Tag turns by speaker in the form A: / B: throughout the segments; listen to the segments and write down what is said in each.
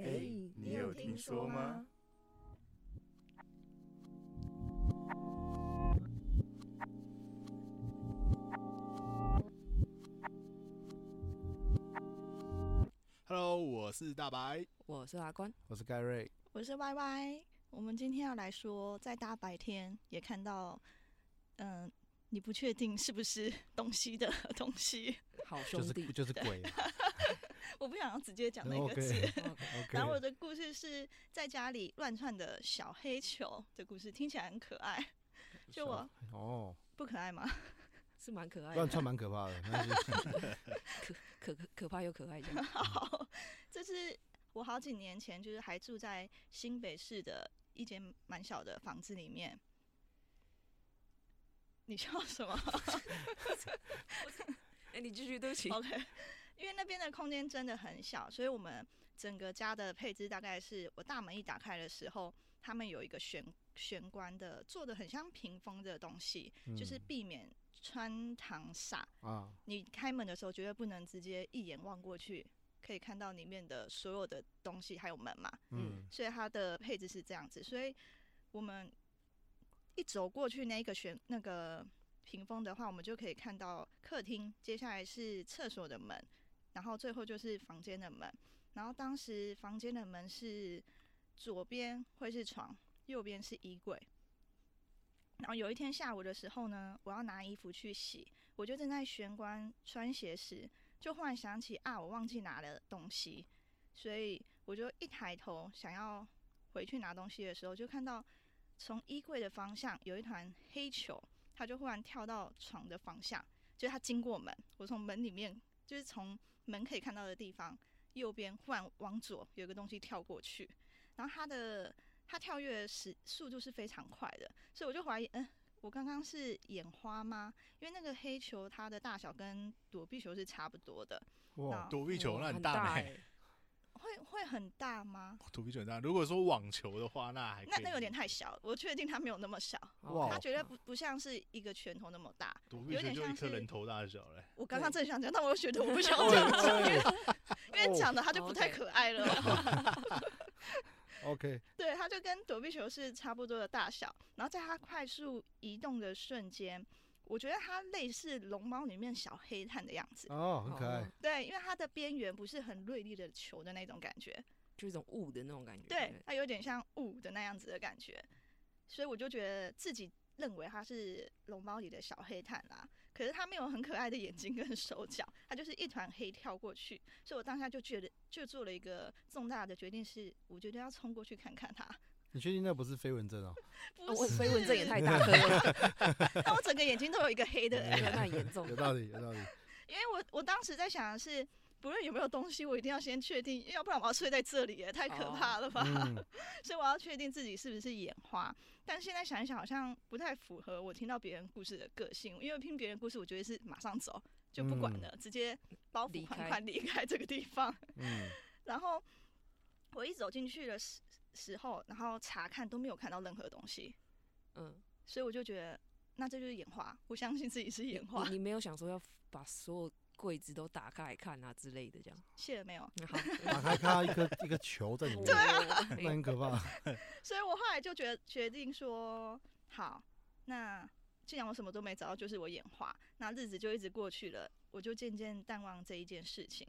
A: 哎听说吗？
B: ？Hello，我是大白。
C: 我是阿关，
D: 我是盖瑞，
A: 我是 Y Y，我们今天要来说，在大白天也看到，嗯、你不确定是不是东西的 东西，
C: 好
D: 就
C: 兄
D: 是
C: 弟。
D: 就是鬼啊
A: 我不想要直接讲那个
D: OK
A: 字。然后我
D: ，OK，
A: 的故事是在家里乱窜的小黑球的故事，听起来很可爱，就我
D: 啊
A: 哎
D: 哦，
A: 不可爱吗？
C: 是蛮可爱
D: 乱
C: 的，
D: 窜蛮可怕的，但是
C: 可可可怕又可爱这 样。
A: 好，这是我好几年前就是还住在新北市的一间蛮小的房子里面。你笑什么
C: 哎，你继续，对不 起。
A: ？OK，因为那边的空间真的很小，所以我们整个家的配置大概是我大门一打开的时候，他们有一个玄玄关的，做的很像屏风的东西，就是
D: 嗯
A: 避免穿堂煞。
D: 啊，
A: 你开门的时候绝对不能直接一眼望过去，可以看到里面的所有的东西还有门嘛。
D: 嗯，
A: 所以它的配置是这样子。所以我们一走过去那一个悬那个屏风的话，我们就可以看到客厅，接下来是厕所的门，然后最后就是房间的门。然后当时房间的门是左边会是床，右边是衣柜。然后有一天下午的时候呢，我要拿衣服去洗，我就正在玄关穿鞋时，就忽然想起啊，我忘记拿了东西，所以我就一抬头想要回去拿东西的时候，就看到从衣柜的方向有一团黑球，它就忽然跳到床的方向，就是它经过门，我从门里面，就是从门可以看到的地方，右边忽然往左有一个东西跳过去，然后它的它跳跃的时速度是非常快的，所以我就怀疑，嗯。我刚刚是眼花吗？因为那个黑球它的大小跟躲避球是差不多的，
D: 哇
A: 嗯那，
B: 躲避球那
C: 很
B: 很大呢、
C: 欸
A: 会会很大吗？
B: 躲避球很大。如果说网球的话，那还可以
A: 那那有点太小了，我确定它没有那么小，
D: 哇哦
A: 它绝对不不像是一个拳头那么大。
B: 躲避
A: 有
B: 球
A: 点
B: 就一
A: 像
B: 颗
A: 是
B: 人头大小嘞。
A: 我刚刚正想讲，但我又觉得我 不想
B: 哦
A: 这样讲， 因为因为讲的它就不太可爱了。
D: ，OK，
A: 对，它就跟躲避球是差不多的大小。然后在它快速移动的瞬间，我觉得它类似龙猫里面小黑炭的样子。
D: 哦，很可爱
C: 哦，
A: 对，因为它的边缘不是很锐利的球的那种感觉，
C: 就一种雾的那种感觉。
A: 对，，它有点像雾的那样子的感觉，所以我就觉得自己认为它是龙猫里的小黑炭啦。可是它没有很可爱的眼睛跟手脚，它就是一团黑跳过去，所以我当下就觉得就做了一个重大的决定是，我觉得要冲过去看看它。
D: 你确定那不是飞蚊症 哦？
A: 不
C: 哦我
A: 是，
C: 飞蚊症也太 大颗了，嗯
A: 但我整个眼睛都有一个黑的、
C: 这个太严重
D: 有。道理，有道 理，
A: 因为我我当时在想的是。不论有没有东西，我一定要先确定，要不然我要睡在这里也太
C: 哦
A: 可怕了吧。
D: 嗯，
A: 所以我要确定自己是不是眼花。但现在想一想，好像不太符合我听到别人故事的个性，因为听别人故事，我觉得是马上走，就不管了，直接包袱
C: 离
A: 款
C: 开
A: 款离开这个地方。
D: 嗯，
A: 然后我一走进去的时时候，然后查看都没有看到任何东西，
C: 嗯，
A: 所以我就觉得那这就是眼花。我相信自己是眼花
C: 你，你没有想说要把所有柜子都打开来看啊之类的这样？嗯
A: 谢了没有？
C: 好，
D: 打开看到一颗一个球在里面，
C: 啊，
D: 那很可怕，
A: 所以我后来就决决定说，好，那既然我什么都没找到，就是我眼花，那日子就一直过去了，我就渐渐淡忘这一件事情，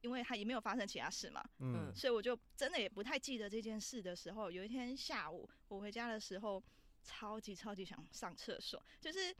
A: 因为它也没有发生其他事嘛，
D: 嗯
C: 嗯，
A: 所以我就真的也不太记得这件事的时候，有一天下午我回家的时候，超级超级想上厕所，就是。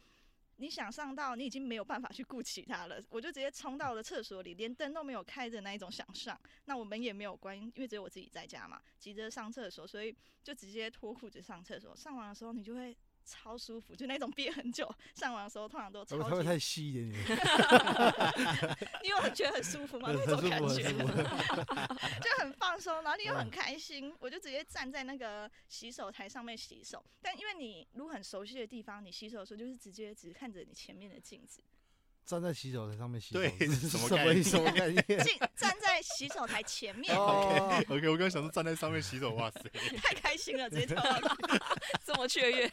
A: 你想上到你已经没有办法去顾其他了，我就直接冲到了厕所里，连灯都没有开的那一种想上。那我门也没有关，因为只有我自己在家嘛，急着上厕所，所以就直接脱裤子上厕所。上完的时候你就会超舒服，就那种憋很久。上完的时候通常都
D: 嗯会
A: 超
D: 不会会不会
A: 级，
D: 太细一点 点？
A: 你有觉得很舒服吗？
D: 很
A: 那
D: 舒
A: 种
D: 服，
A: 感
D: 很
A: 觉。
D: 舒服，
A: 就很放松，然后你又很
D: 嗯
A: 开心，我就直接站在那个洗手台上面洗手。但因为你如果很熟悉的地方，你洗手的时候就是直接只看着你前面的镜子，
D: 站在洗手台上面洗手，
B: 对
D: 这是
B: 什么
D: 什
B: 概
D: 么意
B: 念
D: 思什么概 念？
A: 镜站在洗手台前 面，
D: 哦，
B: OK，我刚刚想说站在上面洗手，哇塞，
A: 太开心了，直接跳到那。
C: 这么雀跃，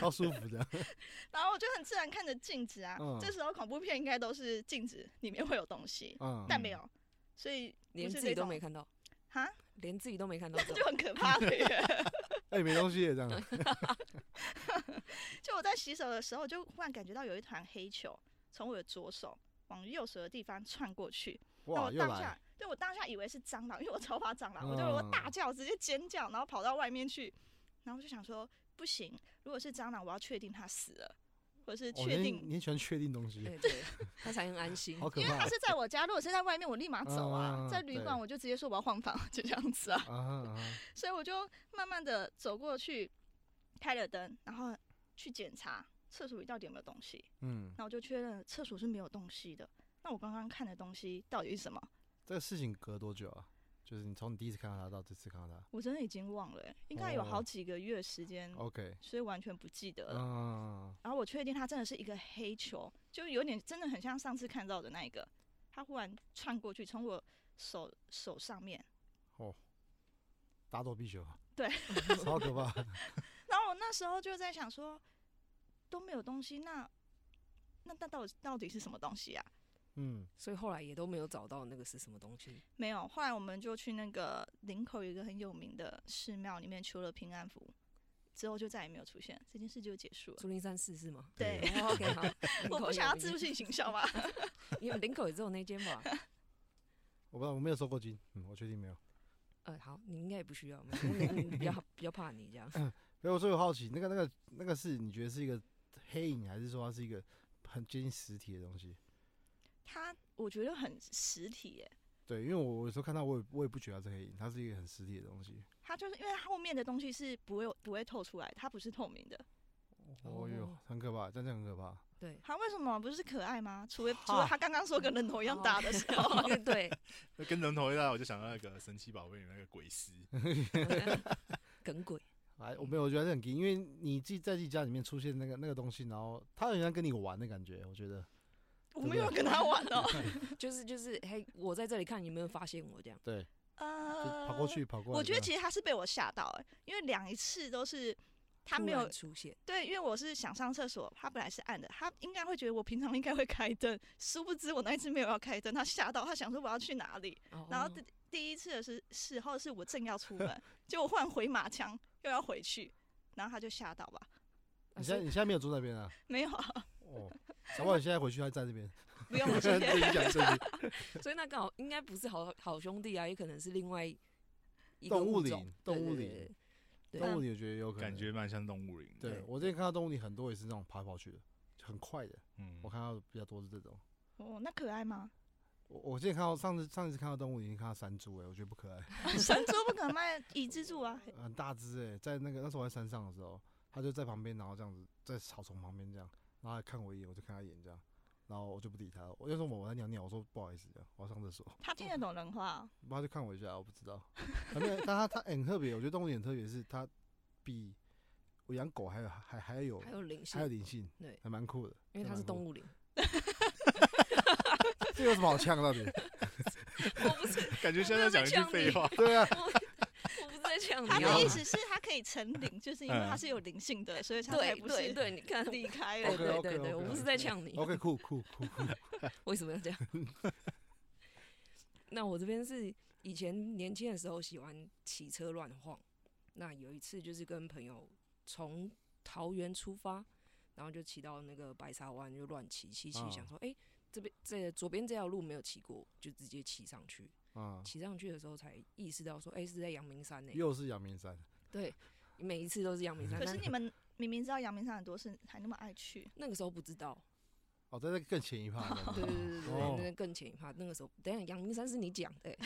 D: 超舒服的，
A: 然后我就很自然看着镜子啊。
D: 嗯
A: 这时候恐怖片应该都是镜子里面会有东西，
D: 嗯，
A: 但没有，所以
C: 连自己都没看到。
A: 哈，
C: 连自己都没看到
A: 那
C: 这
A: 就
C: 种，
A: 很可怕的耶。
D: 哎、没东西也这 样，
A: 就我在洗手的时候，就忽然感觉到有一团黑球从我的左手往右手的地方窜过去。那
D: 哇，
A: 我
D: 又
A: 当
D: 来哦
A: 下，对我当下以为是蟑螂，因为我超怕蟑螂，我就我大
D: 嗯
A: 叫，直接尖叫，然后跑到外面去，然后就想说不行，如果是蟑螂，我要确定它死了，或者是
D: 我
A: 确定。
D: 哦你很喜欢确定东西，
C: 对对，他才很安心
D: 好。可
A: 因为
D: 怕
A: 它是在我家，如果是在外面，我立马走啊。
D: 嗯
A: 在旅馆，
D: 对
A: 我就直接说我要换房， 就这样子啊。
D: 啊哈！啊哈
A: 所以我就慢慢的走过去，开了灯，然后去检查厕所里到底有没有东西。
D: 嗯，
A: 那我就确认了厕所是没有东西的。那我刚刚看的东西到底是什么？
D: 这个事情隔多久啊？就是你从你第一次看到他到这次看到他
A: 我真的已经忘了欸、应该有
D: 哦
A: 好几个月时间，
D: ，OK，
A: 所以完全不记得了。
D: 嗯，
A: 然后我确定它真的是一个黑球，就有点真的很像上次看到的那一个，它忽然窜过去，从我手手上面。
D: 打躲避球，啊
A: 对，
D: 超可怕，
A: 然后我那时候就在想说，都没有东西，那那那到底到底是什么东西啊？
D: 嗯，
C: 所以后来也都没有找到那个是什么东西。
A: 没有。后来我们就去那个林口有一个很有名的寺庙里面求了平安符，之后就再也没有出现，这件事就结束了。
C: 竹林山寺是 吗？
A: 对
D: 对
C: 哦 OK，好。
A: 我
C: 林口
A: 不想要
C: 有
A: 自助性行 销吧。
C: 你们林口也只有那间吧？
D: 我不知道，我没有收过金，嗯，我确定没有。
C: 呃，好，你应该也不需要，没有我我我比较比较怕你这样。
D: 所以我最有好奇，那个、那个、那个是你觉得是一个黑影，还是说它是一个很接近实体的东西？
A: 它我觉得很实体耶，
D: 对，因为我我有时候看到我也我也不觉得它是黑影，它是一个很实体的东西。
A: 它就是因为后面的东西是不会有不会透出来，它不是透明的。
D: 哦哟
C: 哦，
D: 很可怕，真的很可怕。
C: 对，
A: 它为什么不是可爱吗？除非
D: 哈哦
A: 除了它刚刚说跟人头一样大的时候，
C: 对，
B: 那跟人头一搭，我就想到那个神奇宝贝里面那个鬼师，
C: 梗鬼，
D: 哎，我没有，我觉得很惊，因为你自己在自己家里面出现那个那个东西，然后它很像跟你玩的感觉，我觉得。
A: 我
D: 对
A: 没有跟它玩 哦。
C: 就是就是，嘿，我在这里看你有没有发现我这样？
D: 对，就
A: 呃，
D: 跑过。去跑过来这样。
A: 我觉得其实它是被我吓到哎，因为两一次都是它
C: 突
A: 没有
C: 然出现，
A: 对，因为我是想上厕所，它本来是暗的，它应该会觉得我平常应该会开灯，殊不知我那一次没有要开灯，它吓到，它想说我要去哪里，然后
C: 哦
A: 第第一次的是时候是我正要出 门，结果忽然回马枪，又要回去，然后他就吓到吧？
C: 啊
D: 你现
C: 所
D: 在
C: 以
D: 你现在没有住那边啊？
A: 没有啊，
D: 哦，小宝，你现在回去还在这 边？
A: 不用
D: 我
A: 我
D: 现
A: 谢
D: 在
A: 谢。
D: 自己讲这些
C: 所以那刚好应该不是好好兄弟啊，也可能是另外一个
D: 动物
C: 物种
D: 灵，动物
C: 对
D: 灵，
C: 对对对
D: 动物里我觉得有可能。
B: 感觉蛮像动物灵的。
D: 对我之前看到动物里很多也是那种跑来跑去的，很快的。
B: 嗯
D: 我看到比较多是这种。
A: 哦，那可爱吗？
D: 我我之前看到上次上次看到动物已经看到山猪哎、我觉得不可爱，
A: 神猪不可卖，以蜘蛛啊，
D: 很大只哎、在那个那时候我在山上的时候，它就在旁边，然后这样子在草丛旁边这样，然后还看我一眼，我就看它一眼这样，然后我就不理它，我就说我我在尿尿，我说不好意思这样，我要上厕所，
A: 它听得懂人话哦。
D: 然后它就看我一下，我不知道，反正但它它很特别，我觉得动物园很特别是它比我养狗还有还还有
C: 还有灵性
D: 还有，灵性，
C: 对，
D: 还蛮酷的，
C: 因为它是
D: 还蛮酷的
C: 动物灵，
D: 这有什么好呛到底？
C: 我不是，
B: 感觉现在在讲 一句废话，
D: 对啊，
C: 我我不是在讲
A: 它
C: 你
A: 的
C: 哦
A: 意思是它可以成灵，就是因为它
B: 嗯
A: 是有灵性的，所以它才
C: 对
A: 不
C: 对
A: 是
C: 对，你看，对
A: 离开了。
D: OK，OK，OK，OK
C: 对对对，我不是在呛你，
D: OK，酷酷酷酷，
C: 为什么要这样？ 那我这边是以前年轻的时候喜欢骑车乱晃，那有一次就是跟朋友从桃园出发，然后就骑到那个白沙湾就乱骑，骑骑
D: 啊
C: 想说，哎、这边这左边这条路没有骑过，就直接骑上去。
D: 啊、
C: 骑上去的时候才意识到说，哎、是在阳明山呢、
D: 又是阳明山，
C: 对，每一次都是阳明山，
A: 可
C: 但
A: 是你们明明知道阳明山很多事，还那么 爱去，
C: 那个时候不知道，
D: 哦，在那更前一趴，
C: 对对对对对，
D: 哦
C: 那更前一趴，那个时候，等一下阳明山是你讲的、欸，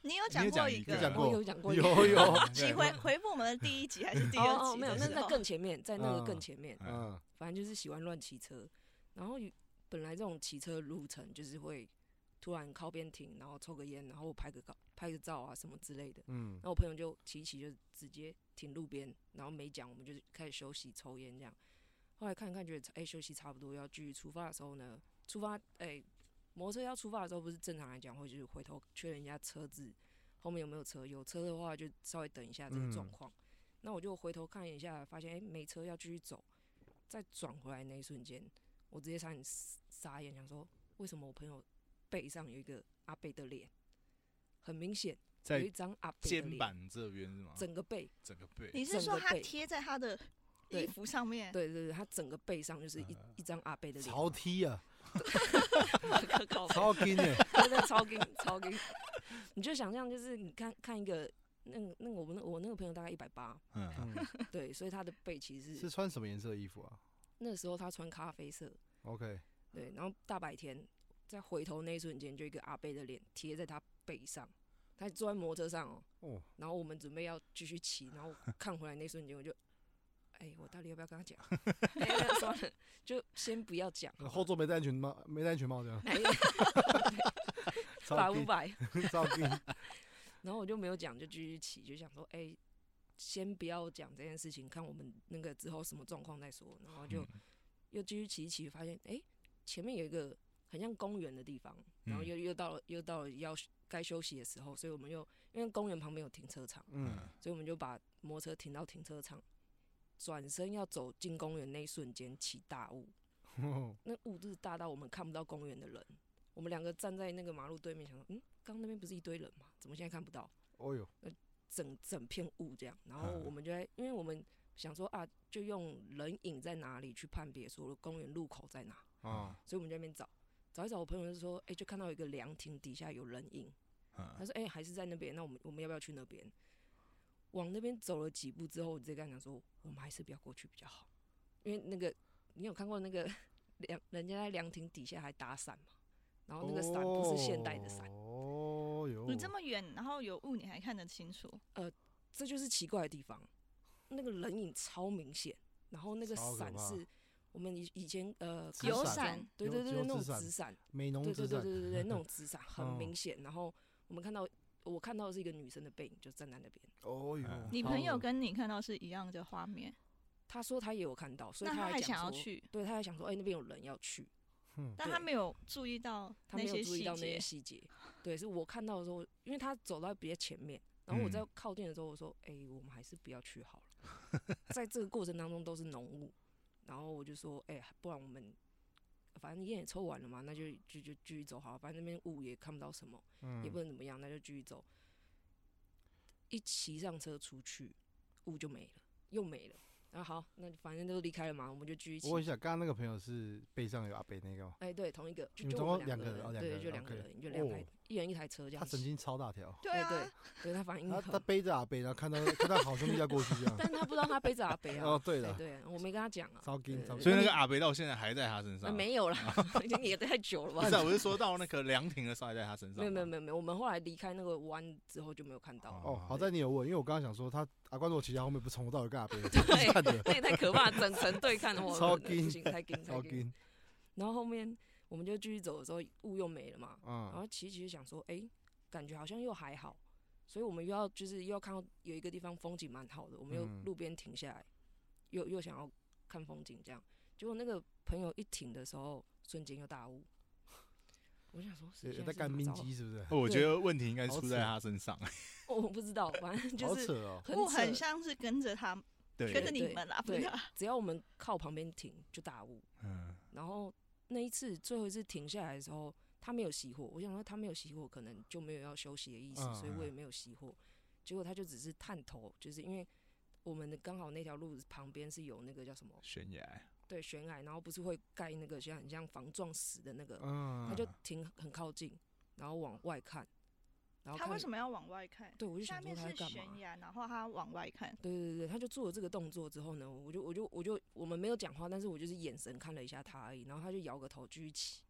A: 你有讲过
B: 讲
A: 一
B: 一
A: 个
B: 个
D: 讲
C: 我
D: 过
C: 有讲过一个，
D: 有有，
A: 几回回复我们的第一集还是第二集的时
C: 哦
A: 候？
C: 哦，没有，那那更前面，在那个更前面，
B: 嗯，
D: 嗯，
C: 反正就是喜欢乱骑车。然后有本来这种骑车路程就是会突然靠边停，然后抽个烟，然后拍个照拍个照啊什么之类的。
D: 嗯
C: 然，后我朋友就骑一骑就直接停路边，然后没讲，我们就开始休息抽烟这样。后来看一看觉得哎、休息差不多要继续出发的时候呢，出发哎、摩托车要出发的时候不是正常来讲会就是回头确认一下车子后面有没有车，有车的话就稍微等一下这个状
D: 嗯
C: 况。那我就回头看一下，发现哎、没车要继续走，再转回来那一瞬间，我直接差点傻傻眼，想说为什么我朋友背上有一个阿贝的脸，很明显有
B: 在
C: 一张阿 伯的
B: 肩
C: 脸，
B: 膀这边是吗？
C: 整个背，
B: 整个背，
A: 你是
C: 整
A: 说
C: 个
A: 他
C: 背
A: 贴在他的衣
C: 对
A: 服上面？
C: 对对对，他整个背上就是一、
B: 呃
C: 一张阿伯的脸，
D: 潮 T 啊，
C: 可靠
D: 潮 T 呢、
C: 真的超硬超硬。你就想象，就是你看看一个那个那个我们那我那个朋友大概一百 八，
B: 嗯，
D: 嗯，
C: 对，所以他的背其实
D: 是
C: 是
D: 穿什么颜色的衣服啊
C: 那时候他穿咖啡色，
D: ？OK，
C: 对，然后大白天在回头那一瞬间，就一个阿贝的脸贴在他背上，他坐在摩托车上哦，
D: 哦，
C: 然后我们准备要继续 骑，然后看回来那瞬间，我就，哎、我到底要不要跟他 讲？哎、那算了，就先不要讲好
D: 那
C: 了，
D: 后座没戴安全帽，没戴安全帽 这样，
C: 哎 百
D: 超
C: 五
D: T，
C: 百，
D: 超 T，
C: 然后我就没有讲，就继续骑，就想说，哎、先不要讲这件事情，看我们那个之后什么状况再说，然后就
B: 嗯
C: 又继续骑一骑，发现哎、诶前面有一个很像公园的地方，然后
B: 嗯
C: 又又到了又到了要休该休息的时候，所以我们又因为公园旁边有停车场，
D: 嗯，
C: 所以我们就把摩托车停到停车场，转身要走进公园那一瞬间起大雾，
D: 哦
C: 那雾就是大到我们看不到公园的人，我们两个站在那个马路对面，想说嗯，刚刚那边不是一堆人吗？怎么现在看不到？
D: 哦呦，
C: 整整片雾这样，然后我们就在，因为我们想说啊，就用人影在哪里去判别说公园路口在哪，
B: 嗯
D: 啊，
C: 所以我们就在那边找，找一找，我朋友就说，哎、就看到一个凉亭底下有人影，他
B: 嗯
C: 说，哎、还是在那边，那我们我们要不要去那边？往那边走了几步之后，我直接跟他讲说，我们还是不要过去比较好，因为那个你有看过那个凉人家在凉亭底下还打伞嘛，然后那个伞不是现代的伞，
D: 哦呦，
A: 你这么远，然后有雾，你还看得清楚？
C: 这就是奇怪的地方，那个人影超明显，然后那个
D: 超可
C: 伞
D: 怕
C: 是我们以以前呃
D: 纸
A: 油
C: 看
A: 伞
C: 古装对
D: 油
C: 对对
D: 油
C: 对，那种
D: 纸伞
C: 纸伞，
D: 美浓
C: 对
D: 之
C: 对对
D: 战，
C: 对对对，那 种纸伞很
D: 嗯
C: 明显。然后我们看到我看到的是一个女生的背影，就站在那边。
D: 哦呦
B: 嗯，
A: 你朋友
D: 好
A: 跟你看到是一样的画面，
C: 她说她也有看到，所以
A: 那他
C: 还
A: 还想
C: 讲
A: 要
C: 说，
A: 去，
C: 对，她还想说，哎、那边有人要去，
D: 嗯
A: 但他
C: 对
A: 没有注意到
C: 她
A: 那
C: 没有
A: 些
C: 注意
A: 细
C: 到那些
A: 节。
C: 细节。对，是我看到的时候，因为她走到比较前面，然后我在
B: 嗯
C: 靠近的时候，我说，哎、我们还是不要去好了。 在这个过程当中都是浓雾，然后我就说，哎、不然我们。反正烟也抽完了嘛，那就就就继续走好了。反正那边雾也看不到什么，也不
D: 嗯，
C: 能怎么样，那就继续走。一骑上车出去，雾就没了，又没了。然后好，那反正都离开了嘛，我们就继续骑
D: 我。问一下，刚刚那个朋友是背上有阿北那个吗？
C: 哎，对，同一个，就
D: 你们
C: 就
D: 总
C: 我
D: 共
C: 们两
D: 两个人哦两
C: 对，
D: 个
C: 就
D: 人
C: 两个
D: ，OK
C: 人，就两台
D: 哦，
C: 一人一台车这样
D: 他
C: 骑。
D: 神经超大条，
A: 对
C: 哎
A: 啊，
C: 对，对他反应
D: 他他
C: 很，
D: 背着阿北，然后看到 看到好兄弟要过去这样，
C: 但他不知道他背着阿北
D: 哦
C: 啊。
D: 对
C: 哎
D: 了，
C: 对，我没跟他讲啊。
D: 超劲
C: 对
D: 超
C: 对
B: 所以
D: 劲
B: 那个阿北到现在还在他身
C: 呃
B: 上，
C: 没有啦，
D: 啊
C: 已经也太久了
B: 不是啊，
C: 吧？
B: 我是说到那个凉亭的时候还在他身上吗，
C: 没有没有没有没有，我们后来离开那个湾之后就没有看到了。
D: 哦，好在你有问，因为我刚刚想说他阿关如果骑在后面不冲我到底干阿北，
C: 对
D: 看着
C: 那也太可怕了，整层对看我，
D: 超
C: 不行，太惊太
D: 超
C: 惊。
D: 劲，
C: 然后后面我们就继续走的时候，雾又没了嘛，然
D: 嗯
C: 后琪琪就想说，哎、感觉好像又还好，所以我们又要就是又要看到有一个地方风景蛮好的，我们又
D: 嗯
C: 路边停下来，又又想要看风景这样，结果那个朋友一停的时候，瞬间又大雾，我想说
D: 有
C: 是
D: 有
C: 现
D: 在
C: 在
D: 干冰
C: 冰
D: 机是 不是？
B: 哦我觉得问题应该是
D: 好
B: 出在
D: 扯
C: 哦
B: 他身上，
C: 我不知道，反正
D: 好
C: 就是
D: 扯哦，
C: 很
A: 我
C: 扯
A: 很像是跟着他，跟着
B: 对，
A: 你们啦，不
C: 对
A: 是啊？
C: 只要我们靠旁边停就大雾，
B: 嗯，
C: 然后那一次最后一次停下来的时候，他没有熄火，我想说他没有熄火，可能就没有要休息的意思，
D: 嗯
C: 所以我也没有熄火。结果他就只是探头，就是因为我们的刚好那条路旁边是有那个叫什么
B: 悬崖，
C: 对悬崖，然后不是会盖那个像很像防撞石的那个，
D: 嗯
C: 他就停很靠近，然后往外看，然后
A: 他
C: 看
A: 为什么要往外看？
C: 对我就
A: 下
C: 想说
A: 面
C: 他在
A: 是
C: 干嘛啊
A: 悬？崖，然后他往外看，
C: 对对对，他就做了这个动作之后呢，我就我就我就我们没有讲话，但是我就是眼神看了一下他而已，然后他就摇个头继续骑，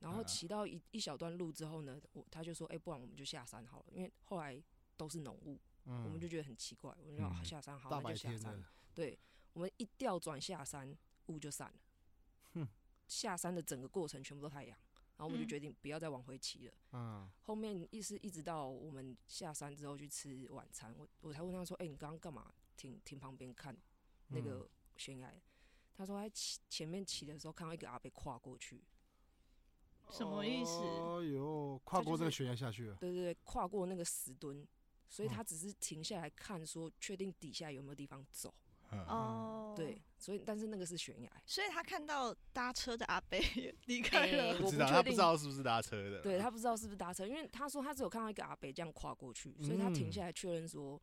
C: 然后
B: 嗯
C: 骑到一一小段路之后呢，我他就说，哎、不然我们就下山好了，因为后来都是浓雾，我们
D: 嗯
C: 就觉得很奇怪，我们就说、啊
B: 嗯
C: 下山好，
D: 大
C: 那
D: 白
C: 就下
D: 天
C: 山
D: 的，，
C: 对，我们一调转下山，雾就散了，
D: 哼
C: 下山的整个过程全部都太阳，然后我们就
A: 嗯
C: 决定不要再往回骑了。
D: 嗯
C: 后面一是一直到我们下山之后去吃晚餐，我我才问他说：“哎、你刚刚干嘛停停旁边看那个悬崖？”他说他骑前面骑的时候看到一个阿伯跨过去，
A: 什么意思
D: 哦嗯呦，跨
C: 这就
D: 过这个
C: 是
D: 悬崖下去了，
C: 对对对，跨过那个石墩，所以
D: 嗯
C: 他只是停下来看，说确定底下有没有地方走。
B: 嗯，
A: 哦，
C: 啊对，，所以但是那个是悬崖，
A: 所以他看到搭车的阿贝 离开
C: 哎
A: 了，
C: 我
B: 不知道
C: 确
B: 他不
C: 定
B: 知道是不是搭车的，
C: 对他不知道是不是搭车，因为他说他只有看到一个阿北这样跨过去，所以他停
D: 嗯
C: 下来确认说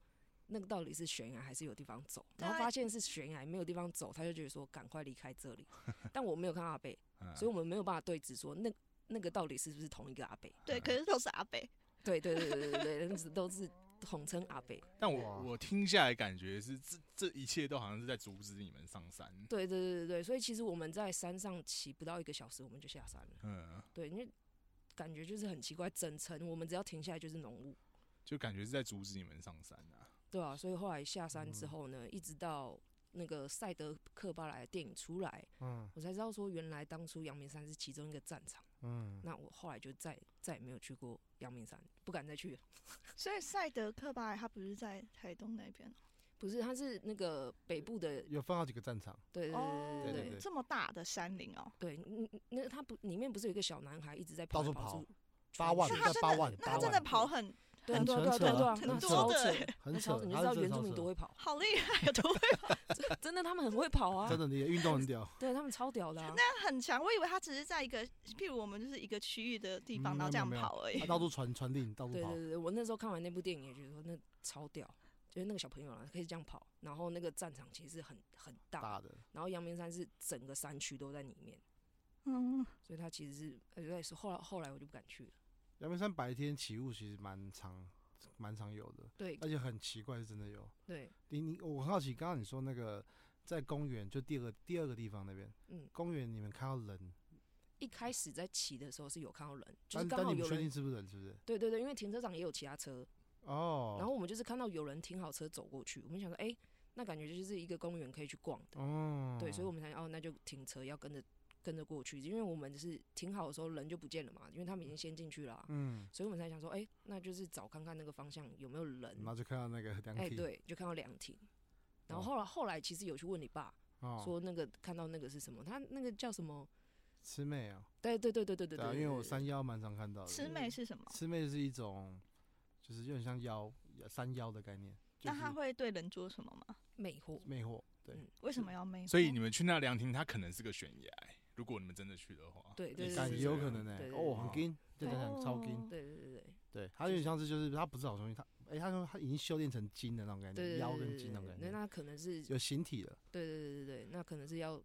C: 那个到底是悬崖还是有地方走，
A: 对
C: 然后
A: 啊
C: 发现是悬崖没有地方走，他就觉得说赶快离开这里。 但我没有看到阿北，
B: 嗯，
C: 所以我们没有办法对质说那那个到底是不是同一个阿北。
A: 对，可是都是阿贝，
C: 对对对对对对，那只都是统称阿北。
B: 但
D: 哇
B: 我我听下来感觉是这这一切都好像是在阻止你们上山，
C: 对对对对对，所以其实我们在山上骑不到一个小时，我们就下山了。
B: 嗯，
C: 对，因为感觉就是很奇怪，整层我们只要停下来就是浓雾。
B: 就感觉是在阻止你们上山啊。
C: 对啊，所以后来下山之
D: 嗯
C: 后呢，一直到那个赛德克巴莱的电影出来，
D: 嗯
C: 我才知道说原来当初阳明山是其中一个战场。
D: 嗯，
C: 那我后来就再再也没有去过阳明山，不敢再去了。
A: 所以赛德克巴莱他不是在台东那边哦
C: 不是，它是那个北部的，
D: 有分好几个战场，
C: 对对
A: 哦，
C: 呃对对对
D: 对对
A: 这么大的山林哦，
C: 对对，嗯那它不里面不是有一个小男孩一直在
D: 到
C: 跑来
D: 处
C: 跑
D: 跑
C: 去，
D: 八万，
A: 那
D: 在
C: 啊
A: 他真
D: 八
A: 的
D: 万，
A: 他
D: 八
A: 真
D: 万
A: 的跑很
C: 对啊
D: 很
C: 对啊
D: 扯
C: 对啊对啊，
D: 很
C: 那
D: 扯
C: 超
A: 很
C: 扯，
D: 很
C: 那
D: 扯
C: 超扯，，你就
D: 他
C: 知道
D: 是真的
C: 原
D: 超
C: 住民
D: 扯
C: 多会跑，
A: 好厉害 啊，都会
C: 真的他们很会跑啊
D: 真，的，你的运动 很屌，
C: 对他们超屌的啊，
A: 很强。我以为他只是在一个，譬如我们就是一个区域的地方，
D: 嗯
A: 然后
D: 没
A: 这
D: 有
A: 样
D: 没有
A: 跑而已
D: 他。到处传传令，到处
C: 对
D: 跑
C: 对，对，我那时候看完那部电影也觉得说那超屌，就是那个小朋友啊可以这样跑，然后那个战场其实很很大，
D: 大的，
C: 然后阳明山是整个山区都在里面，
A: 嗯，
C: 所以它其实是呃对是后来后来我就不敢去了。
D: 阳明山白天起雾其实蛮常蛮常有的，
C: 对
D: 而且很奇怪，是真的有。
C: 对，
D: 你你我很好奇，刚刚你说那个在公园，就第二个第二个地方那边，
C: 嗯，
D: 公园你们看到人，
C: 一开始在骑的时候是有看到人，就是
D: 但
C: 刚
D: 但
C: 好
D: 你不
C: 有
D: 确
C: 人
D: 定，是不是人，是不是？
C: 对对对，因为停车场也有其他车，
D: 哦，
C: 然后我们就是看到有人停好车走过去，我们想说哎、那感觉就是一个公园可以去逛的，
D: 哦，
C: 对，所以我们才哦，那就停车要跟着跟着过去，因为我们是停好的时候人就不见了嘛，因为他们已经先进去了啊、
D: 嗯，
C: 所以我们才想说，哎、那就是找看看那个方向有没有人
D: 然。后就看到那个两
C: 嗯哎、
D: 体，
C: 对，就看到凉亭。然后
D: 哦
C: 后来后来其实有去问你爸，
D: 哦，
C: 说那个看到那个是什么，他那个叫什么？
D: 魑魅啊，
C: 对对对对对对
D: 啊，
C: 对，
D: 因为我
C: 对
D: 山腰蛮常看到的，
A: 魑魅是什么？
D: 魑魅是一种，就是有点像妖山妖的概念，就
A: 那
D: 是
A: 他会对人做什么吗？
C: 魅惑，
D: 魅惑，对，
C: 嗯
A: 为什么要魅惑？
B: 所以你们去那凉亭，它可能是个悬崖。如果你们真的去的话，
C: 对对
B: 也
C: 对
D: 感
B: 是
D: 觉
B: 这
D: 有
B: 样
D: 可能呢、
C: 对对
D: 哦，
B: 对
D: 很金，对对对，超金，
A: 哦
C: 对对对对
D: 对，它有点像是就是它不是好东西，它哎、它说它已经修炼成金的那种感
C: 对
D: 觉，
C: 对，
D: 妖
C: 对
D: 跟
C: 对
D: 金那种
C: 对
D: 感
C: 那
D: 觉，
C: 那可能是对
D: 有形体的。
C: 对对对对，那可能是要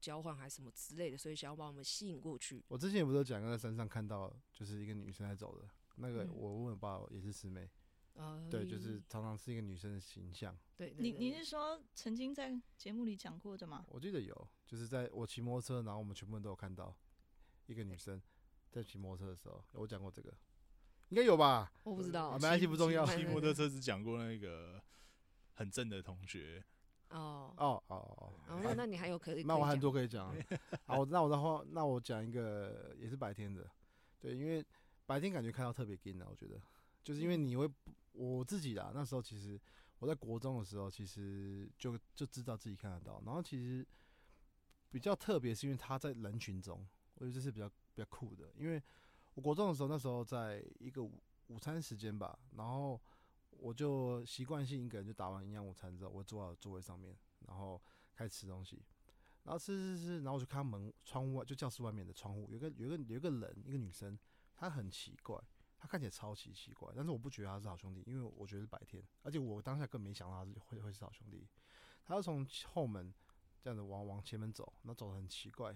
C: 交换还是什么之类的，所以想要把我们吸引过去。
D: 我之前不是有讲过在山上看到就是一个女生在走的，那个
C: 嗯
D: 我问我爸也是师妹，
C: 呃，
D: 对，就是常常是一个女生的形象，
C: 对，对
A: 你
C: 对
A: 你
C: 对
A: 是说曾经在节目里讲过的吗？
D: 我记得有，就是在我骑摩托车，然后我们全部人都有看到一个女生在骑摩托车的时候，我讲过这个，应该有吧？
C: 我不知道，
D: 啊没关系
C: 骑
D: 不重要
B: 骑
C: 对对
B: 摩托
C: 对
B: 车只讲过那个很正的同学，
C: 哦。
D: 哦哦哦，
C: 哦，那那你还有可以？
D: 那
C: 可以
D: 我
C: 讲
D: 还很多可以讲啊。 好，那我的话，那我讲一个也是白天的，对，因为白天感觉看到特别近啊，我觉得，就是
C: 嗯
D: 因为你会不，我自己啦，那时候其实我在国中的时候，其实就就知道自己看得到，然后其实比较特别是因为他在人群中，我觉得这是比较比较酷的，因为我国中的时候，那时候在一个午午餐时间吧，然后我就习惯性一个人就打完营养午餐之后，我坐到座位上面，然后开始吃东西，然后吃吃吃，然后我就看到门窗外，就教室外面的窗户，有一个有一个有一个人，一个女生，她很奇怪，她看起来超级奇怪，但是我不觉得她是好兄弟，因为我觉得是白天，而且我当下根本没想到她是会会是好兄弟，她就从后门这样子往往前门走，然后走的很奇怪，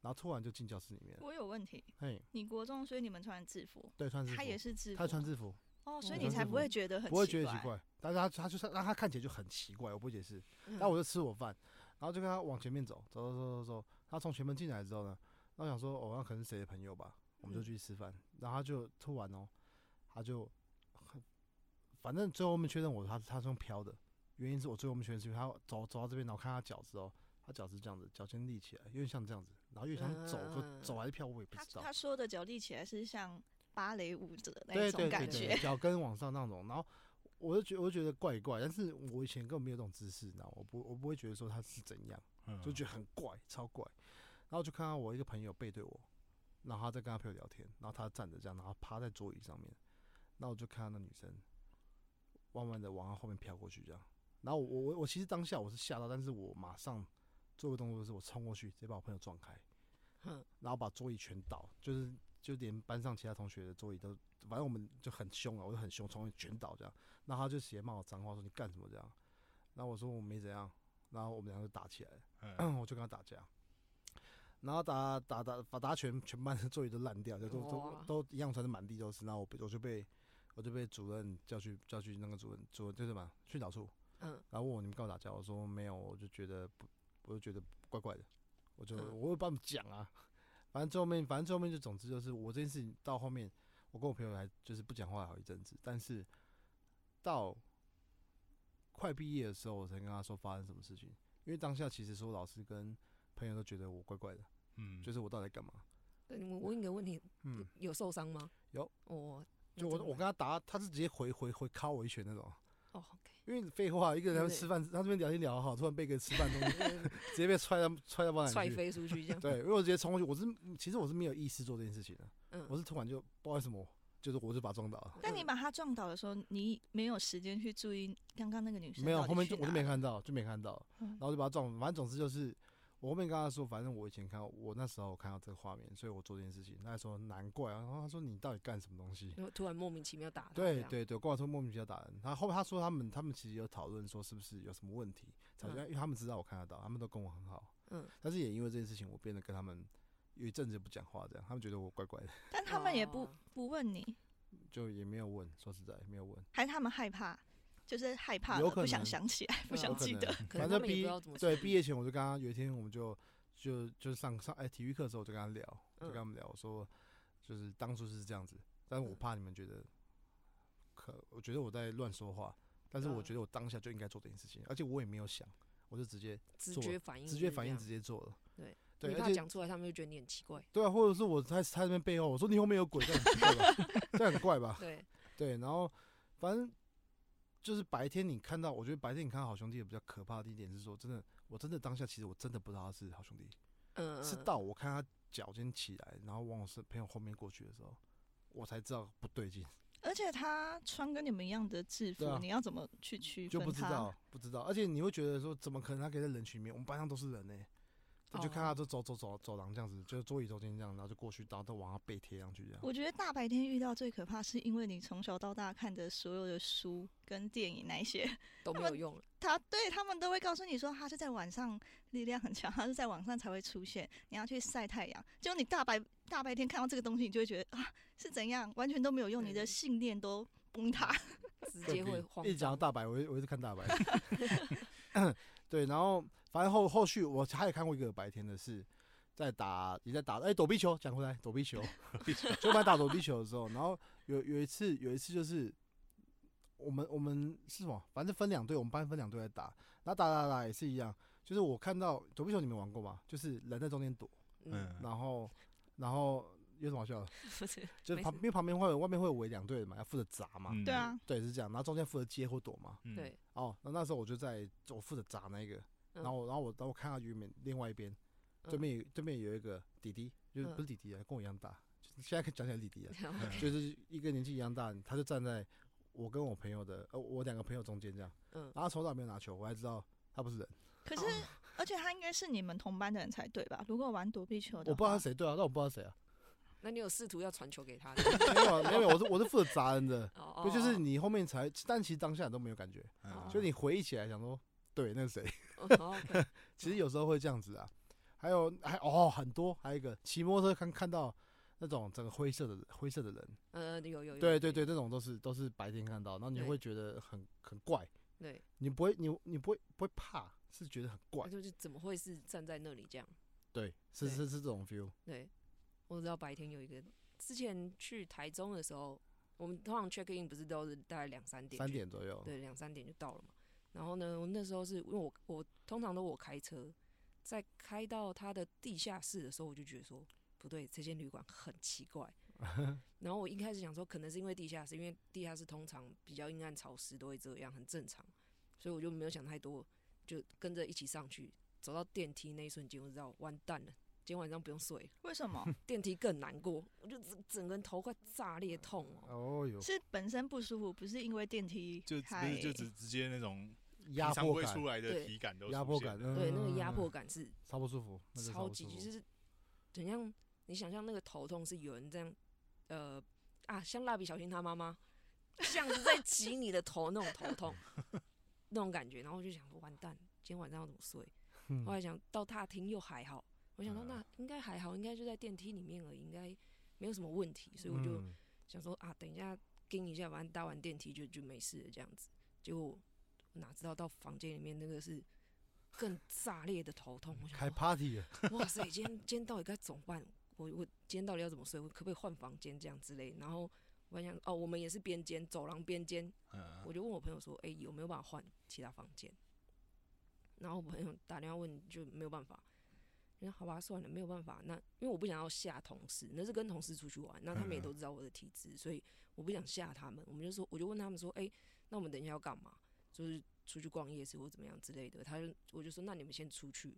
D: 然后突然就进教室里面了，
A: 我有问题，
D: 嘿，
A: 你国中，所以你们穿制服，
D: 对，穿制服，
A: 他也是制服，
D: 她穿制服，
A: 哦，所以
C: 嗯
A: 你
C: 穿
A: 才
C: 制
A: 不
C: 服
A: 会觉得很
D: 不会觉得奇怪，但是她她就是让她看起来就很奇怪，我不解释。
A: 嗯
C: 嗯
D: 然后我就吃我饭，然后就跟他往前面走，走走走走走。他从前门进来之后呢，然后想说，哦，那可能是谁的朋友吧，我们就
C: 嗯
D: 去吃饭。然后他就突然哦，他就很，反正最后面确认我他他是用飘的，原因是我最后面确认是因为他走走到这边，然后看他脚趾哦，他脚是这样子，脚尖立起来，有点像这样子，然后又想走就走还是飘，我也不
A: 他
D: 知道。
A: 嗯他说的脚立起来是像芭蕾舞者的那
D: 对
A: 种
D: 对
A: 感
D: 对对，
A: 觉，
D: 脚跟往上那种，然后。我就觉我就觉得怪怪，但是我以前根本没有这种姿势，你知道吗，我不我不会觉得说他是怎样。
B: 嗯
D: 就觉得很怪，超怪。然后就看到我一个朋友背对我，然后他在跟他朋友聊天，然后他站着这样，然后趴在桌椅上面，那我就看到那女生慢慢的往他后面飘过去，这样，然后我我我其实当下我是吓到，但是我马上做个动作，就是我冲过去，直接把我朋友撞开，
C: 哼，
D: 然后把桌椅全倒，就是就连班上其他同学的桌椅都，反正我们就很凶啊，我就很凶，冲过去全倒这样。然后他就直接骂我脏话，说你干什么这样？然后我说我没怎样，然后我们两个就打起来了。
B: 嗯
D: 我就跟他打架，然后打打打打打全全班的座椅都烂掉，就都
C: 哇
D: 都都一样，穿的满地都是。然后我被我就被我就被主任叫去叫去那个主任主任就是什么训导处，
C: 嗯，
D: 然后问我你们干嘛打架？我说没有，我就觉得不，我就觉得怪怪的，我就
C: 嗯
D: 我会帮你们讲啊。反正最后面，反正最后面就总之就是我这件事情到后面，我跟我朋友还就是不讲话好一阵子，但是到快毕业的时候，我才跟他说发生什么事情，因为当下其实说老师跟朋友都觉得我怪怪的，
B: 嗯，
D: 就是我到底在干嘛？
C: 对，我问一个问题，
D: 嗯，
C: 有受伤吗？
D: 有，
C: 哦，那
D: 就我
C: 怎么
D: 我跟他打，他是直接回回回敲我一拳那种，
C: 哦，OK，
D: 因为废话，一个人在那边
C: 对
D: 吃饭，他这边聊天聊得好，突然被一个吃饭东西直接被踹到踹到半
C: 踹
D: 去。
C: 飞出去 这样，
D: 对，因为我直接冲过去，我是其实我是没有意识做这件事情的，我
C: 嗯，
D: 是突然就不知道为什么，就是我就把他撞倒了，
A: 但你把他撞倒的时候，你没有时间去注意刚刚那个女生
D: 没有
A: 到底
D: 后面就
A: 去
D: 我就
A: 哪
D: 没
A: 了
D: 看到，就没看到，
A: 嗯
D: 然后就把他撞，反正总之就是我后面跟他说，反正我以前看到我那时候看到这个画面，所以我做这件事情，他还说难怪啊，然后他说你到底干什么东西？
C: 然后突然莫名其妙打他这
D: 对
C: 样，
D: 对对，跟我说莫名其妙打人，然后后面他说他们他们其实有讨论说是不是有什么问题吵架，
C: 嗯
D: 因为他们知道我看得到，他们都跟我很好，
C: 嗯，
D: 但是也因为这件事情，我变得跟他们有一阵子不讲话，这样他们觉得我怪怪的。
A: 但他们也不
C: 哦
A: 不问你，
D: 就也没有问，说实在没 有问，
A: 还是他们害怕，就是害怕
D: 有
A: 了，
D: 可
A: 不想
D: 能
A: 想起来，不
C: 嗯
A: 想
D: 有可
A: 记
D: 能
A: 得。
C: 可能
D: 反
C: 他
D: 正
C: 们也不
D: 毕
C: 知道怎么
D: 对
C: 处
D: 毕
C: 理
D: 业前我就跟他有一天我们就就就上上哎体育课的时候我就跟他聊，就
C: 嗯
D: 跟他们聊，我说就是当初是这样子，但是我
C: 嗯
D: 怕你们觉得可，我觉得我在乱说话，但是我
C: 嗯
D: 觉得我当下就应该做这件事情，而且我也没有想，我就直接
C: 直
D: 做
C: 觉反应，
D: 直觉反应直，接做了，
C: 对
D: 对，
C: 你
D: 而
C: 怕
D: 且
C: 讲出来，他们就觉得你很奇 怪，
D: 对啊，或者是我在他那边背后我说你后面有鬼，这样很奇怪吧， 这样很怪吧，
C: 对，
D: 对，然后反正就是白天你看到，我觉得白天你看到好兄弟的比较可怕的一点是说，真的，我真的当下其实我真的不知道他是好兄弟，
C: 嗯，
D: 是到我看他脚尖起来，然后往我身朋友后面过去的时候，我才知道不对劲，
A: 而且他穿跟你们一样的制服，
D: 对啊
A: 你要怎么去区
D: 就不
A: 分
D: 知
A: 他？
D: 道不知道，而且你会觉得说，怎么可能他可以在人群里面？我们班上都是人呢、我就看他就走走走走廊这样子，就是桌椅中间这样，然后就过去，然后再往他背贴上去这样。
A: 我觉得大白天遇到最可怕，是因为你从小到大看的所有的书跟电影那一些，
C: 都没有用 了，
A: 他对他们都会告诉你说，他是在晚上力量很强，他是在晚上才会出现，你要去晒太阳。结果你大白大白天看到这个东西，你就会觉得啊是怎样，完全都没有用，你的
C: 对
A: 信念都崩塌。
C: 直接会慌
D: 一讲到
C: 张，
D: 大白，我就我一直看大白。 对，然后反正后后续我还有看过一个白天的是，在打也在打哎、躲避球，讲回来躲避球， 就班打躲避球的时候，然后有有一次有一次就是我们我们是什么，反正分两队，我们班分两队来打，然后打打打也是一样，就是我看到躲避球你们玩过吗？就是人在中间躲，
C: 嗯，
B: 嗯，
D: 然后然后有什么好笑的？
C: 不是，
D: 就是
C: 没
D: 旁
C: 事
D: 因为旁边会有外面会有围两队的嘛，要负责砸嘛，
B: 嗯
A: 对，啊，
D: 对是这样，然后中间负责接或躲嘛。
B: 嗯，
C: 对，
D: 哦，那那时候我就在我负责砸那一个，
C: 嗯
D: 然后我然后我然后我看到原本另外一边对
C: 嗯
D: 面有对面有一个弟弟，就是
C: 嗯
D: 不是弟弟啊，跟我一样大，就是现在可以讲起来弟弟啊，
C: 然后
B: 嗯
D: 就是一个年纪一样大，他就站在我跟我朋友的呃我两个朋友中间这样，
C: 嗯，哦
D: 然后他从来没有拿球，我还知道他不是人，
A: 可是，
D: 哦
A: 而且他应该是你们同班的人才对吧？如果玩躲避球的话，
D: 我不知道他是谁对啊，但我不知道他是谁啊，
C: 那你有试图要传球给他的？
D: 没有啊没有，我是我是负责砸人的，
C: 哦
D: 不
C: 哦，
D: 就是
C: 哦
D: 你后面才，但其实当下你都没有感觉，
B: 嗯
D: 就你回忆起来想说，对，那是谁？
C: 哦哦，OK，
D: 其实有时候会这样子啊。还有还哦很多，还有一个骑摩托车看看到那种整个灰色的灰色的人，
C: 呃，有有有，
D: 对对对，那种都是都是白天看到，然后你
C: 对
D: 会觉得很很怪，
C: 对，
D: 你不会你你不会不会怕，是觉得很怪
C: 那，就是怎么会是站在那里这样？
D: 对，是
C: 对
D: 是是这种 feel，
C: 对，我知道白天有一个，之前去台中的时候，我们通常 check in 不是都是大概两三点，
D: 三，点左右，
C: 对，两三点就到了嘛。然后呢，我那时候是因为我我通常都我开车，在开到他的地下室的时候，我就觉得说不对，这间旅馆很奇怪。然后我一开始想说，可能是因为地下室，因为地下室通常比较阴暗潮湿，都会这样，很正常。所以我就没有想太多，就跟着一起上去。走到电梯那一瞬间，我知道完蛋了，今天晚上不用睡了。
A: 为什么？
C: 电梯更难过，我就整整个人头快炸裂痛哦。
D: 哦哟，
A: 是本身不舒服，不是因为电梯
B: 就不
A: 太
B: 是就直直接那种
D: 压
B: 平常不
D: 迫
B: 会
D: 感，
B: 出来的
C: 对
B: 体感都
D: 压
B: 出
D: 迫
B: 现
D: 感，
B: 了
C: 对，那个
D: 嗯
C: 压迫感是
D: 超不舒服，那真的
C: 超
D: 不
C: 级，
D: 舒
C: 就
D: 服
C: 是怎样？你想象那个头痛是有人这样，呃啊，像蜡笔小新他妈妈，像是在挤你的头那种头痛，那种感觉。然后我就想说，完蛋，今天晚上要怎么睡？
D: 嗯
C: 后来想到大厅又还好，我想说
B: 嗯
C: 那应该还好，应该就在电梯里面而已，应该没有什么问题，所以我就
D: 嗯
C: 想说啊，等一下盯一下，反正搭完电梯就就没事了这样子。结果哪知道到房间里面那个是更炸裂的头痛，我想
D: 开
C: 说
D: party 了，
C: 哇塞，今天今天到底该怎么办？我我今天到底要怎么睡？我可不可以换房间这样之类？然后我还想哦，我们也是边间，走廊边间，
B: 嗯，
C: 我就问我朋友说，哎、有没有办法换其他房间？然后我朋友打电话问，就没有办法。然后好吧，算了，没有办法。那因为我不想要吓同事，那是跟同事出去玩，那他们也
B: 嗯嗯
C: 都知道我的体质，所以我不想吓他们。我们就说，我就问他们说，哎、那我们等一下要干嘛？就是出去逛夜市或怎么样之类的。他就我就说，那你们先出去，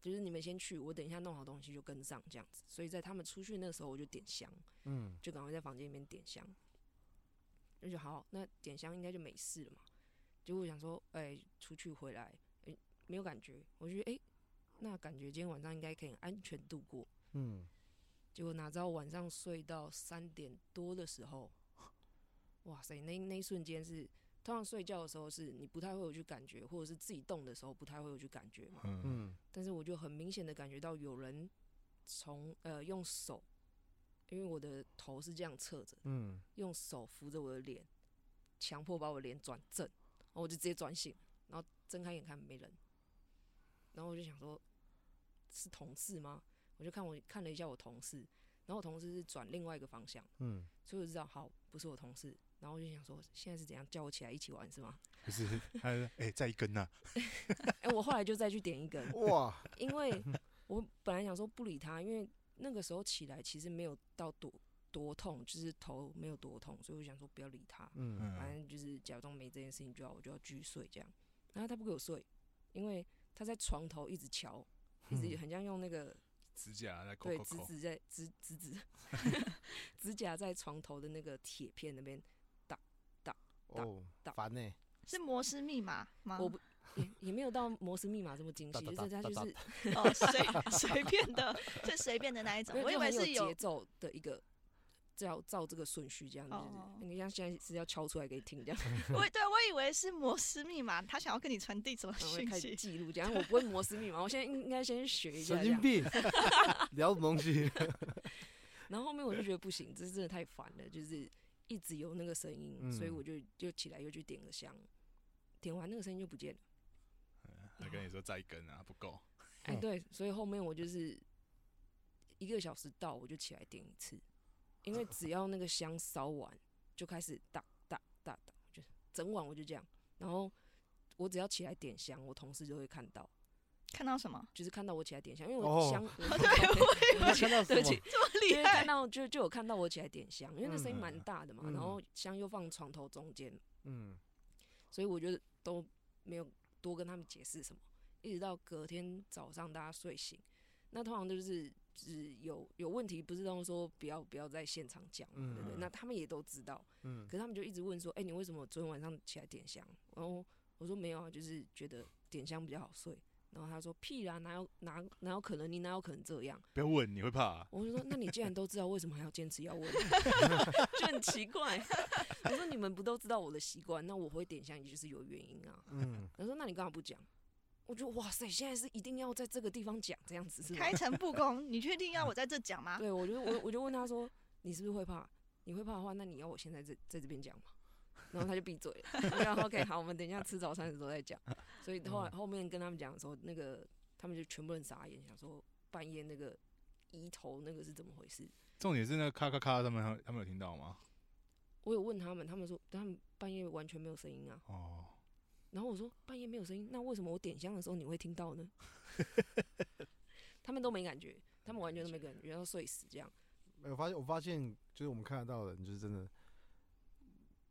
C: 就是你们先去，我等一下弄好东西就跟上这样子。所以在他们出去那时候，我就点香。
D: 嗯，
C: 就赶快在房间里面点香。那就好，那点香应该就没事了嘛。结果我想说，哎、出去回来，哎、没有感觉。我觉得，哎、那感觉今天晚上应该可以很安全度过。
D: 嗯，
C: 结果哪知道晚上睡到三点多的时候，哇塞，那那一瞬间是，通常睡觉的时候是你不太会有去感觉，或者是自己动的时候不太会有去感觉嘛。
B: 嗯，
D: 嗯，
C: 但是我就很明显的感觉到有人从呃用手，因为我的头是这样侧着。
D: 嗯，
C: 用手扶着我的脸，强迫把我脸转正，然后我就直接转醒，然后睁开眼看没人，然后我就想说，是同事吗？我就看我看了一下我同事，然后我同事是转另外一个方向，
D: 嗯，
C: 所以我就知道好不是我同事，然后我就想说现在是怎样叫我起来一起玩是吗？
B: 不是，他就说哎，再一根呐，
C: 哎、我后来就再去点一根，
D: 哇，
C: 因为我本来想说不理他，因为那个时候起来其实没有到多多痛，就是头没有多痛，所以我想说不要理他，
D: 嗯，
B: 嗯
C: 反正就是假装没这件事情就好，我就要继续睡这样。然后他不给我睡，因为他在床头一直瞧，一直很像用那个
B: 指甲在抠
C: 对
B: 抠
C: 指
B: 抠，
C: 指在指指 指指甲在床头的那个铁片那边，
D: 哦，
C: 打
D: 烦呢，
A: 是摩斯密码吗？
C: 我不也也没有到摩斯密码这么精
D: 哒
C: 细，
D: 哒
C: 就是
D: 哒
C: 他
D: 哒
C: 就是
A: 哦，随 随便的，是随便的那一种
C: 没。有
A: 我以
C: 就
A: 为
C: 很
A: 是
C: 有节
A: 有
C: 奏的一个。照照这个顺序这样，
A: 哦
C: 就是你像现在是要敲出来给你听这 样，
A: 我对我以为是摩斯密码，他想要跟你传递什么
C: 然后会
A: 讯
C: 开始
A: 息？
C: 记录这样。我不会摩斯密码，我现在应该先学一下
D: 神
C: 这样
D: 经。病， 聊什么东 西？
C: 然后后面我就觉得不行，这真的太烦了，就是一直有那个声音，
D: 嗯
C: 所以我就就起来又去点个香，点完那个声音就不见了。
B: 他跟你说再一根啊，不够，
C: 哎，
D: 嗯
C: 对，所以后面我就是一个小时到我就起来点一次，因为只要那个香烧完就开始哒哒哒哒，就整晚我就这样。然后我只要起来点香，我同事就会看到，
A: 看到什么？
C: 就是看到我起来点香，因为
D: 哦
C: 我 香，我
D: 他看到什
C: 对不起
D: 么？，
A: 这么
C: 因
A: 厉
C: 为看
A: 害？
C: 到就就有看到我起来点香，因为那声音
B: 嗯
C: 蛮大的嘛，
D: 嗯
C: 然后香又放床头中间，
D: 嗯，
C: 所以我觉得都没有多跟他们解释什么，一直到隔天早上大家睡醒，那通常就是只有有问题，不是都说不要不要在现场讲嘛，对不对？
D: 嗯
C: 那他们也都知道，
D: 嗯
C: 可是他们就一直问说，哎、你为什么昨天晚上起来点香？然后我说没有啊，就是觉得点香比较好睡。然后他说屁啦，哪有哪哪有可能，你哪有可能这样？
B: 不要问，你会怕啊，
C: 我就说，那你既然都知道，为什么还要坚持要问？ 就很奇怪。 我说你们不都知道我的习惯，那我会点香也就是有原因啊。
D: 嗯，
C: 他说那你干嘛不讲？我觉得哇塞，现在是一定要在这个地方讲这样子是吗
A: 开？诚布公，你确定要我在这讲吗？
C: 对，我就我我就问他说，你是不是会怕？你会怕的话，那你要我现在在在这边讲吗？然后他就闭嘴了。 我想 OK，好，我们等一下吃早餐的时候再讲。所以后来后面跟他们讲的时候，那个他们就全部人傻眼，想说半夜那个移头那个是怎么回事？
B: 重点是那个咔咔咔，他们他们有听到吗？
C: 我有问他们，他们说他们半夜完全没有声音啊。
B: 哦，
C: 然后我说半夜没有声音，那为什么我点香的时候你会听到呢？ 他们都没感觉，他们完全都没感觉，然后睡死这样。
D: 哎我发现，我发现就是我们看得到的人，就是真的，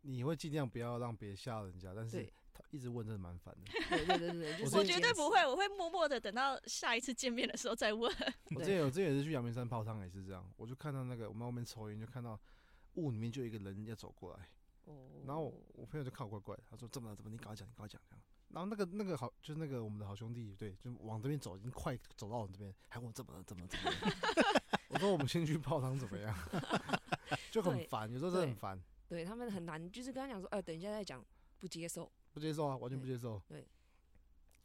D: 你会尽量不要让别人吓人家，但是
C: 对
D: 他一直问，真的蛮烦 的。
C: 对对对对，就是
A: 我
D: 我
A: 绝对不会，我会默默的等到下一次见面的时候再问。
D: 我
C: 对
D: 之前有，之前也是去阳明山泡汤，也是这样，我就看到那个我们在外面抽烟，就看到雾里面就有一个人要走过来，
C: 哦
D: 然后我我朋友就看我怪怪的，他说怎么了怎么了你赶快讲你赶快讲这样。然后那个那个好就是那个我们的好兄弟，对，就往这边走，已经快走到我们这边，还问我怎么了怎么了怎么了。 我说我们先去泡汤怎么样？ 就很
C: 对
D: 烦，有时候真的很
C: 对
D: 烦，
C: 对他们很难，就是跟他讲说，呃，等一下再讲，不接受。
D: 不接受啊，完全不
C: 对
D: 接受。
C: 对，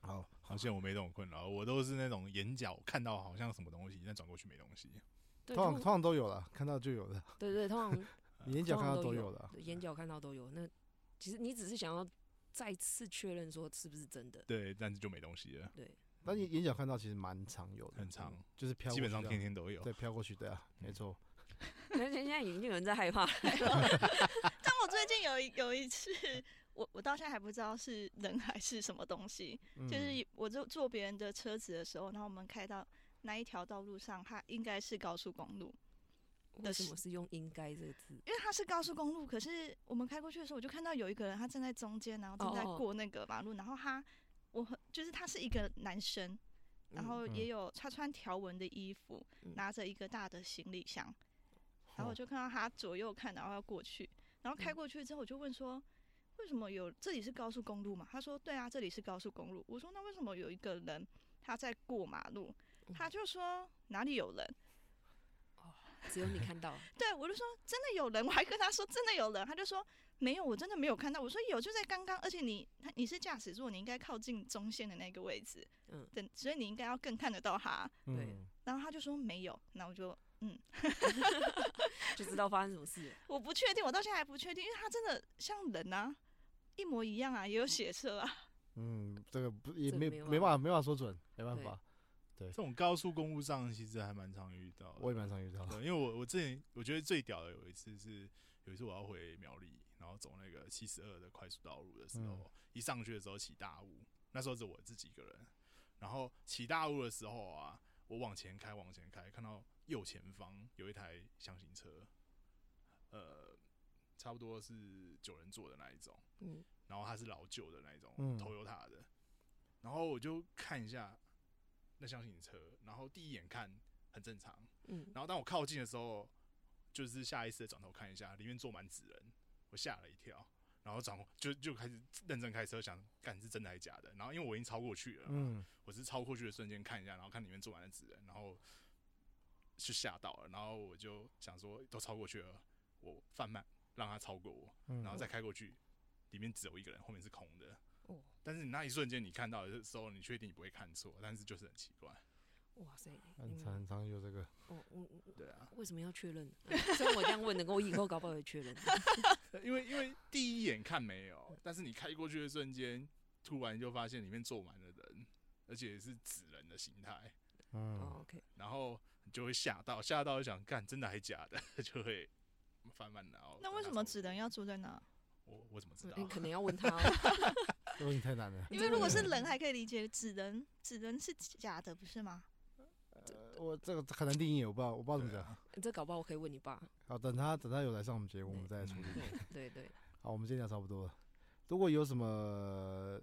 D: 好，
B: 好像我没这种困扰，我都是那种眼角看到好像什么东西，但转过去没东西。
C: 对，通
D: 通常通
C: 常
D: 常都有了，看到就有了，
C: 对对，通常
D: 你眼角
C: 通
D: 看
C: 常
D: 到
C: 都
D: 都
C: 有
D: 有了。
C: 对眼角看到都有。那其实你只是想要再次确认说是不是真的。
B: 对，但是就没东西了，
D: 但眼眼角看到其实蛮常有的，
B: 很长，
D: 就是飘
B: 基
D: 过
B: 本
D: 去
B: 上
D: 这
B: 天
D: 样
B: 天都有。
D: 对飘过去，对啊，没
B: 嗯
D: 错。
C: 但是现在已经有人在害怕了。
A: 但我最近有一有一 次，我我到现在还不知道是人还是什么东西，
D: 嗯
A: 就是我就坐别人的车子的时候，然后我们开到那一条道路上，它应该是高速公路，
C: 为什么是用“应该”这个字？
A: 因为它是高速公路，可是我们开过去的时候，我就看到有一个人他站在中间，然后正在
C: 哦哦
A: 过那个马路，然后他我很就是他是一个男生，
C: 嗯
A: 然后也
D: 嗯
A: 有他穿条纹的衣服，
C: 嗯
A: 拿着一个大的行李箱，然后
D: 哦
A: 我就看到他左右看，然后要过去，然后开
C: 嗯
A: 过去之后，我就问说，为什么有这里是高速公路嘛？他说对啊，这里是高速公路。我说那为什么有一个人他在过马路？
C: 嗯
A: 他就说哪里有人？
C: 只有你看到。
A: 对我就说真的有人，我还跟他说真的有人，他就说没有，我真的没有看到。我说有，就在刚刚，而且你他你是驾驶座，你应该靠近中线的那个位置，
C: 嗯，
A: 等所以你应该要更看得到他。
D: 嗯
C: 对
D: 嗯
A: 然后他就说没有，那我就
C: 就知道发生什么事了。
A: 我不确定，我到现在还不确定，因为他真的像人啊，一模一样啊，也有血色啊。
D: 嗯，这个不也
C: 这
D: 没
C: 没
D: 没
C: 办
D: 办
C: 法
D: 法，没办法说准，没办
C: 对
D: 法，
B: 这种高速公路上其实还蛮常遇到的。
D: 我也蛮常遇到的。
B: 对，因为我我之前我觉得最屌的有一次是有一次我要回苗栗，然后走那个七十二的快速道路的时候，
D: 嗯
B: 一上去的时候起大雾，那时候只有我自己一个人，然后起大雾的时候啊，我往前开往前开，看到右前方有一台箱型车，呃，差不多是九人座的那一种，
C: 嗯，
B: 然后它是老旧的那一种
D: 嗯
B: 头油塔的，然后我就看一下那箱型车，然后第一眼看很正常。
C: 嗯，
B: 然后当我靠近的时候，就是下意识的转头看一下，里面坐满纸人，我吓了一跳，然后转就就开始认真开车，想干是真的还是假的。然后因为我已经超过去了，
D: 嗯，
B: 我是超过去的瞬间看一下，然后看里面坐满了纸人，然后就吓到了，然后我就想说都超过去了，我放慢让他超过我，
D: 嗯
B: 然后再开过去，里面只有一个人，后面是空的。
C: 哦，
B: 但是你那一瞬间你看到的时候，你确定你不会看错，但是就是很奇怪。
C: 哇塞，
D: 很
C: 你
B: 嗯
D: 常
C: 们
D: 很常有这个，
C: 哦，我我
B: 对啊，
C: 为什么要确认？ 嗯虽然我这样问的，跟我以后搞不好也确认。
B: 因为因为第一眼看没有，但是你开过去的瞬间，突然就发现里面坐满了人，而且是纸人的形态，
C: 哦
D: 嗯，
C: ，OK，
B: 然后你就会吓到，吓到就想干真的还假的， 就会翻翻脑。
A: 那为什么纸人要坐在那？
B: 我我怎么知
C: 嗯
B: 道？
C: 你可能要问他哦。
D: 这问题太难 了。
A: 因为如果是
C: 嗯
A: 人还可以理解，纸人纸人是假的，不是吗？
D: 呃我这个很难定义，我不知道，我不知道怎么
A: 嗯
D: 讲
B: 对啊。
C: 这搞不好我可以问你爸。
D: 好，等他等他有来上我们节目，我
C: 对
D: 们再来处
B: 嗯
D: 理。
C: 对对，
D: 好，我们今天聊差不多了。如果有什么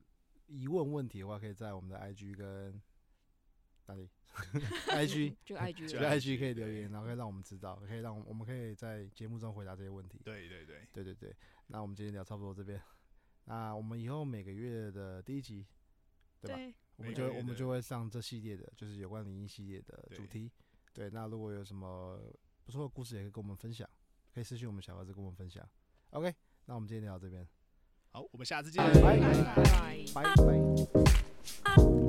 D: 疑问问题的话，可以在我们的 IG 跟哪里 IG
C: 就
D: 就
C: IG
B: 就
C: 了
D: IG 可以留
B: 对
D: 言，然后可以让我们知道，可以让我们我们可以在节目中回答这些问题。
B: 对对对，
D: 对对对，那我们今天聊差不多这边。那我们以后每个月的第一集，对吧？
A: 对，
D: 我们
B: 每
D: 就会
B: 个
D: 我
B: 月
D: 们
B: 的
D: 就会上这系列的，就是有关灵异系列的主
B: 对
D: 题。对，那如果有什么不错的故事，也可以跟我们分享，可以私信我们小盒子跟我们分享。OK，那我们今天聊到这边，
B: 好，我们下次见。
D: 拜
C: 拜拜。
D: 拜拜。